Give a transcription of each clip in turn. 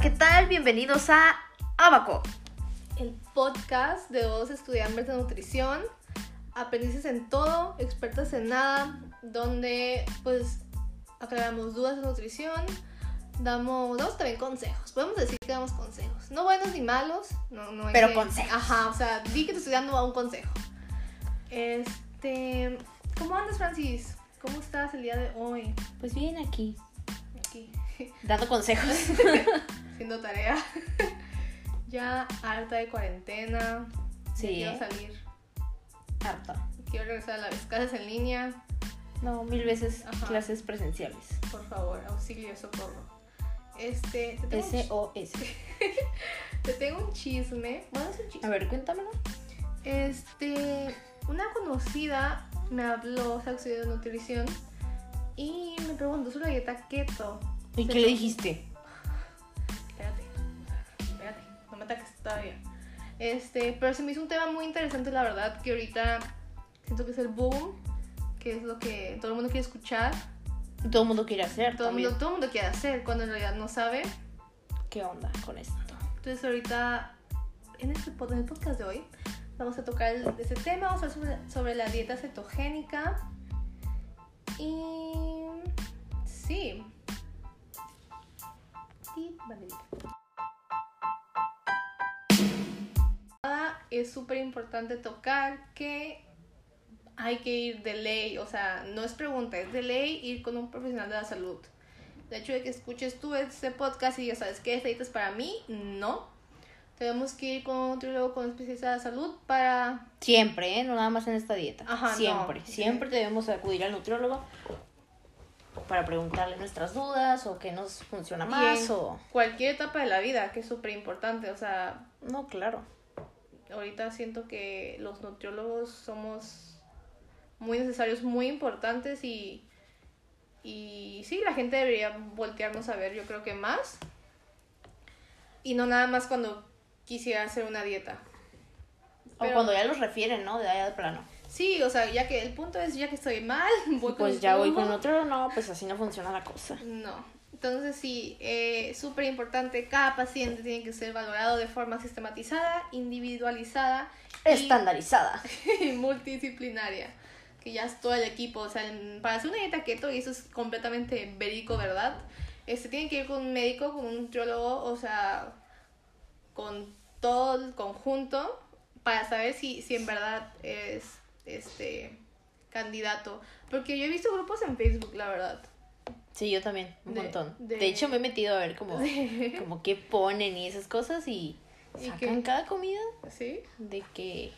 ¿Qué tal? Bienvenidos a Abaco. el podcast de dos estudiantes de nutrición, aprendices en todo, expertas en nada, donde pues aclaramos dudas de nutrición, damos, damos también consejos, podemos decir que damos consejos, no buenos ni malos, no, no hay Pero que- consejos. Ajá, o sea, di que te estoy dando un consejo. Este, ¿cómo andas Francis? ¿Cómo estás el día de hoy? Pues bien aquí. Aquí, Dando consejos. haciendo tarea. ya harta de cuarentena. ya Sí, Quiero ¿eh? salir. Harto. Quiero regresar a las clases en línea, No, mil veces Ajá. clases presenciales. por favor, auxilio, socorro. Este, te tengo, un chi- S-O-S. te tengo un chisme. Bueno, es un A chisme. ver, cuéntamelo. Este, una conocida me habló, o sea, auxilio de nutrición, y me preguntó sobre la dieta keto. ¿Y qué le dijiste? Espérate, espérate, no me ataques todavía. Este, pero se me hizo un tema muy interesante, la verdad, que ahorita siento que es el boom, que es lo que todo el mundo quiere escuchar, Todo el mundo quiere hacer. todo el también. mundo, todo el mundo quiere hacer, cuando en realidad no sabe. ¿Qué onda con esto? Entonces ahorita, en, este, pod- en el podcast de hoy, vamos a tocar el- ese tema, vamos a hablar sobre, sobre la dieta cetogénica. Y... Sí. Y banderita. Nada, Ah, Es súper importante tocar que hay que ir de ley, o sea, no es pregunta, es de ley ir con un profesional de la salud. De hecho, de que escuches tú este podcast y ya sabes que esta dieta es para mí, no. Tenemos que ir con un nutriólogo, con un especialista de la salud para... Siempre, ¿eh? No nada más en esta dieta. Ajá, no. siempre. Siempre debemos acudir al nutriólogo para preguntarle nuestras dudas o qué nos funciona más Y en o... Cualquier etapa de la vida, que es súper importante. O sea, No, claro. ahorita siento que los nutriólogos somos muy necesarios, muy importantes y... Y sí, la gente debería voltearnos a ver, yo creo que más. Y no nada más cuando quisiera hacer una dieta. O Pero- cuando ya los refieren, ¿no? De allá de plano. Sí, o sea, ya que el punto es, ya que estoy mal, voy con Pues ya voy con otro, nutriólogo. no, pues así no funciona la cosa. No. Entonces sí, eh, súper importante, cada paciente tiene que ser valorado de forma sistematizada, individualizada y- Estandarizada. y, multidisciplinaria. Que ya es todo el equipo, o sea, en- para hacer una dieta keto, y eso es completamente verídico, ¿verdad? Este, tiene que ir con un médico, con un nutriólogo, o sea, con todo el conjunto para saber si, si en verdad es este candidato. Porque yo he visto grupos en Facebook, la verdad. Sí, yo también, un De- montón. De, de- hecho, me he metido a ver como, como qué ponen y esas cosas y ¿Y sacan qué? cada comida ¿Sí? de que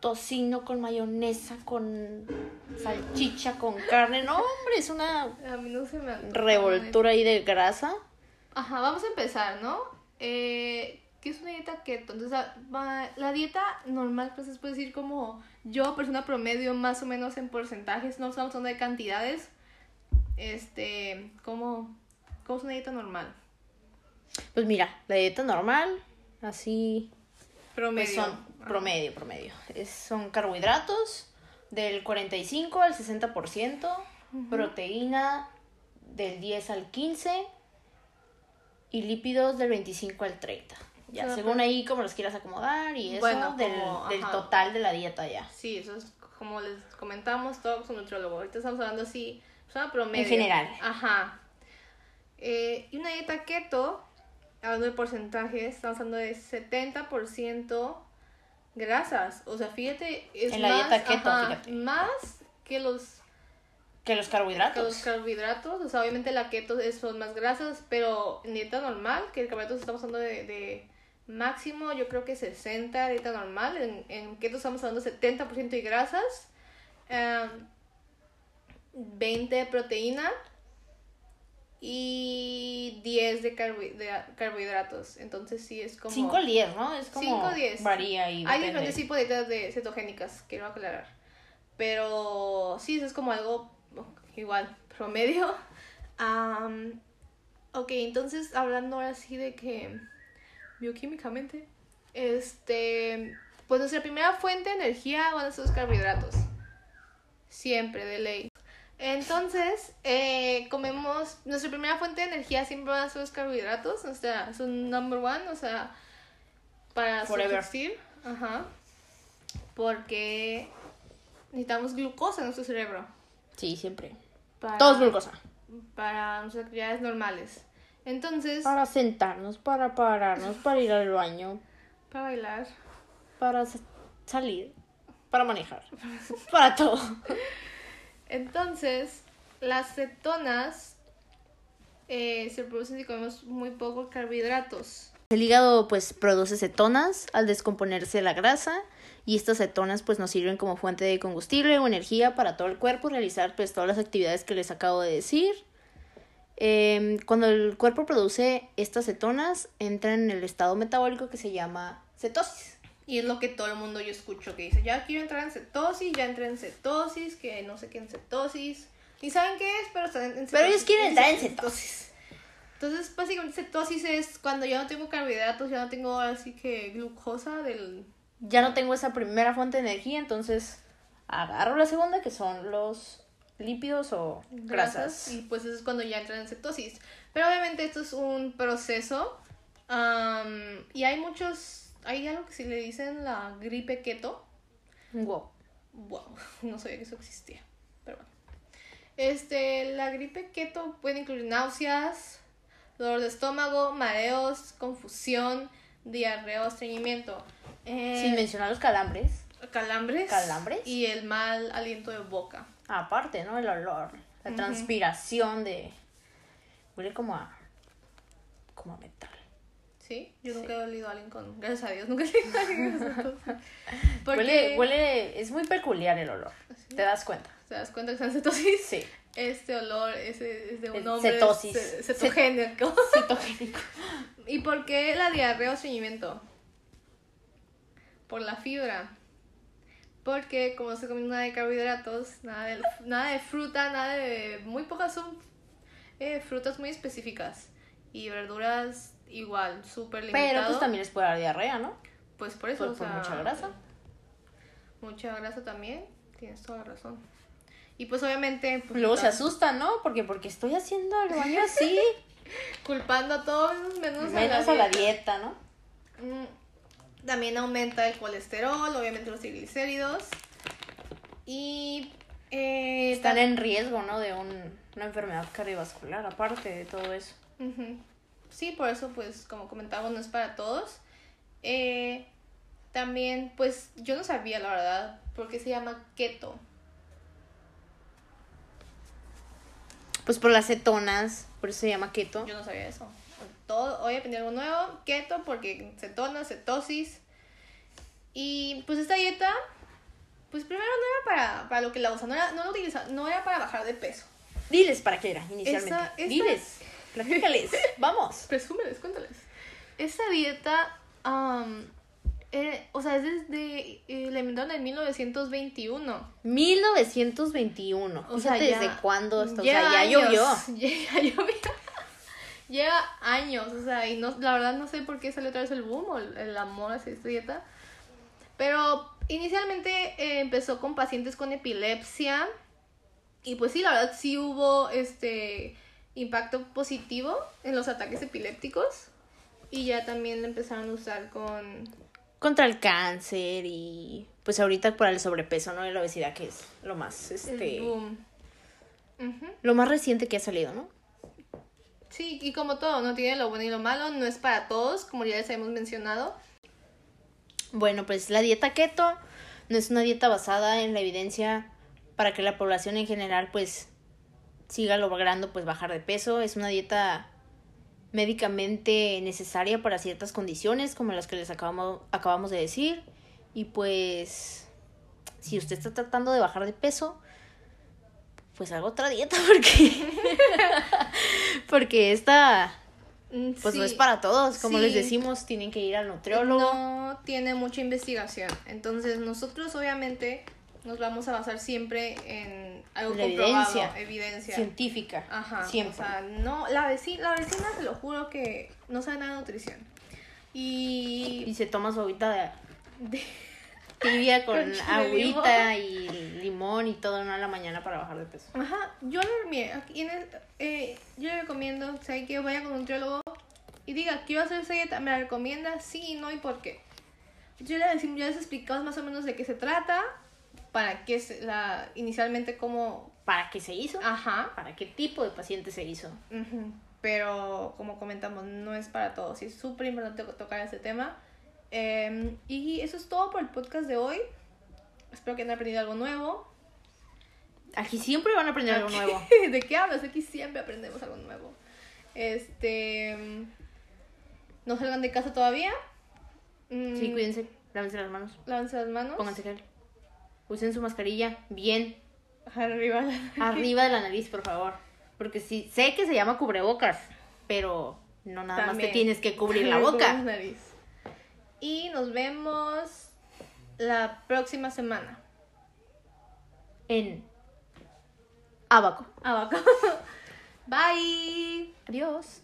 tocino con mayonesa, con salchicha, con carne. No, hombre, es una A mí no se me antoja, revoltura ahí de grasa. honest- Ajá, vamos a empezar, ¿no? Eh, ¿Qué es una dieta keto? Entonces, ah, va- la dieta normal, pues es puede decir como yo, persona promedio, más o menos en porcentajes, no estamos hablando de cantidades. Este, ¿cómo, ¿cómo es una dieta normal? Pues mira, la dieta normal, así Pues Promedio. son promedio, promedio. Es- son carbohidratos del 45 al 60%, proteína del 10 al 15 y lípidos del 25 al 30. Ya, Claro, según pero- ahí como los quieras acomodar y eso Bueno, del, como, del ajá. total de la dieta ya. Sí, eso es como les comentamos, todos son nutriólogos. Ahorita estamos hablando así, persona promedio. En general. Ajá. Eh, y una dieta keto, hablando de porcentajes, estamos hablando de 70% grasas. O sea, fíjate, es En la más, dieta keto, ajá, fíjate. más que los, Que los que carbohidratos. los carbohidratos. O sea, obviamente la keto es- son más grasas, pero en dieta normal, que el carbohidrato estamos hablando de... de Máximo, yo creo que 60 dieta normal. En, en keto estamos hablando de 70% de grasas. Em, 20 de proteína y 10 de, carbo- de carbohidratos. Entonces sí es como... 5 al 10, ¿no? Es como 5 al 10. varía y Hay depende. diferentes tipos de dietas de cetogénicas, quiero aclarar. Pero sí, eso es como algo igual, promedio. Am, ok, entonces hablando ahora sí de que bioquímicamente, este, pues nuestra primera fuente de energía van a ser los carbohidratos. Siempre, de ley. Entonces, eh, comemos, nuestra primera fuente de energía siempre van a ser los carbohidratos, o sea, es un number one, o sea, para Forever. subsistir. Ajá. Porque necesitamos glucosa en nuestro cerebro. Sí, siempre. Para, Todos glucosa. Para nuestras actividades normales. Entonces, Para sentarnos, para pararnos, para ir al baño, para bailar. para sa- salir, para manejar, para todo. Entonces, las cetonas eh, se producen si comemos muy poco carbohidratos. El hígado pues produce cetonas al descomponerse la grasa y estas cetonas pues nos sirven como fuente de combustible o energía para todo el cuerpo realizar pues todas las actividades que les acabo de decir. Em, cuando el cuerpo produce estas cetonas entra en el estado metabólico que se llama cetosis. Y es lo que todo el mundo yo escucho que dice, ya quiero entrar en cetosis, ya entré en cetosis, que no sé qué en cetosis. Ni saben qué es, pero están en cetosis. Pero ellos quieren entrar en cetosis. Entonces, básicamente cetosis es cuando yo no tengo carbohidratos, ya no tengo así que glucosa del... Ya no tengo esa primera fuente de energía, entonces agarro la segunda que son los lípidos o grasas. Y pues eso es cuando ya entran en cetosis. Pero obviamente esto es un proceso. am, y hay muchos... Hay algo que si le dicen la gripe keto. Wow. Wow, no sabía que eso existía. Pero bueno. Este, la gripe keto puede incluir náuseas, dolor de estómago, mareos, confusión, diarrea o estreñimiento. Eh, Sin mencionar los calambres. calambres. Calambres. Y el mal aliento de boca. Aparte, ¿no? El olor, la transpiración de... Huele como a... como a metal. ¿Sí? Yo nunca he olido a alguien con. Gracias a Dios, nunca he olido a alguien con esa cosa. Porque Huele, huele... es muy peculiar el olor. ¿Te das cuenta? ¿Te das cuenta que están cetosis? Sí. Este olor ese es de un El hombre. cetosis. ce- Cetogénico. Cetogénico. ¿Y por qué la diarrea o estreñimiento? Por la fibra. Porque como no se come nada de carbohidratos, nada de, nada de fruta, nada de... Muy pocas son eh, frutas muy específicas. Y verduras igual, súper limitado. Pero pues también les puede dar diarrea, ¿no? Pues por eso, Por, o por sea, mucha grasa. Mucha grasa también, tienes toda la razón. Y pues obviamente... pues, Luego se culpa- asustan, ¿no? Porque porque estoy haciendo el baño así. Culpando a todos menos, Menos a la dieta, ¿no? Mm, También aumenta el colesterol, obviamente los triglicéridos. Y. eh, Están tam- en riesgo, ¿no? De un- una enfermedad cardiovascular, aparte de todo eso. Ujú. Sí, por eso, pues, como comentábamos, no es para todos. Eh, también, pues, yo no sabía, la verdad, por qué se llama keto. Pues por las cetonas, por eso se llama keto. Yo no sabía eso. Todo, hoy aprendí algo nuevo. Keto, porque cetona, cetosis. Y pues esta dieta, pues primero no era para, para lo que la usan, no era, no, la utiliza- no era para bajar de peso. Diles para qué era inicialmente. Esa- esa- Diles, platícales, vamos. Presúmeles, cuéntales. Esta dieta, am, eh, o sea, es desde. eh, la inventaron en 1921. 1921. O O sea, sea, ya- ¿desde cuándo? Esto? O Lleva sea, ya años, llovió. Ya llovió. Lleva años, o sea, y no, la verdad no sé por qué salió otra vez el boom o el, el amor hacia esta dieta. Pero inicialmente eh, empezó con pacientes con epilepsia. Y pues sí, la verdad sí hubo este impacto positivo en los ataques epilépticos. Y ya también la empezaron a usar con... Contra el cáncer y pues ahorita para el sobrepeso, ¿no? Y la obesidad que es lo más, el este, boom. Ujú. lo más reciente que ha salido, ¿no? Sí, y como todo, no tiene lo bueno y lo malo, no es para todos, como ya les hemos mencionado. Bueno, pues la dieta keto no es una dieta basada en la evidencia para que la población en general pues siga logrando pues bajar de peso. Es una dieta médicamente necesaria para ciertas condiciones como las que les acabamos, acabamos de decir. Y pues si usted está tratando de bajar de peso, pues haga otra dieta porque, porque esta Mm, pues no sí, es para todos. Como les Sí. decimos, tienen que ir al nutriólogo. No tiene mucha investigación. Entonces nosotros obviamente nos vamos a basar siempre en algo La comprobado, evidencia. evidencia. científica. Ajá. Siempre. O sea, no, la vecina, la vecina se lo juro que no sabe nada de nutrición. y Y se toma su agüita de, tibia con Con chile agüita y limón y todo ¿no? a la mañana para bajar de peso. Ajá, yo lo recomiendo. aquí en el- eh, yo le recomiendo, o sea, que vaya con un nutriólogo y diga, quiero hacer esa dieta, me la recomienda, sí, no y por qué. Yo le decimos, ya les explicamos más o menos de qué se trata, para qué se la, inicialmente cómo, ¿Para qué se Ah. hizo? ajá, ¿Para qué tipo de paciente se hizo? ujú, pero como comentamos, no es para todos y es súper importante to- tocar ese tema. Eh, y eso es todo por el podcast de hoy. Espero que hayan aprendido algo nuevo. Aquí siempre van a aprender algo Aquí- nuevo. ¿De qué hablas? Aquí siempre aprendemos algo nuevo. Este. mm, No salgan de casa todavía. Mm, Sí, cuídense, lávense las manos, Lávense las manos. pónganse gel, usen su mascarilla bien Arriba. arriba de la nariz, por favor, porque sí, sé que se llama cubrebocas, pero no nada más También. te tienes que cubrir la También boca. cubres nariz. Y nos vemos la próxima semana. En abaco. Abaco. Ah, Bye. Adiós.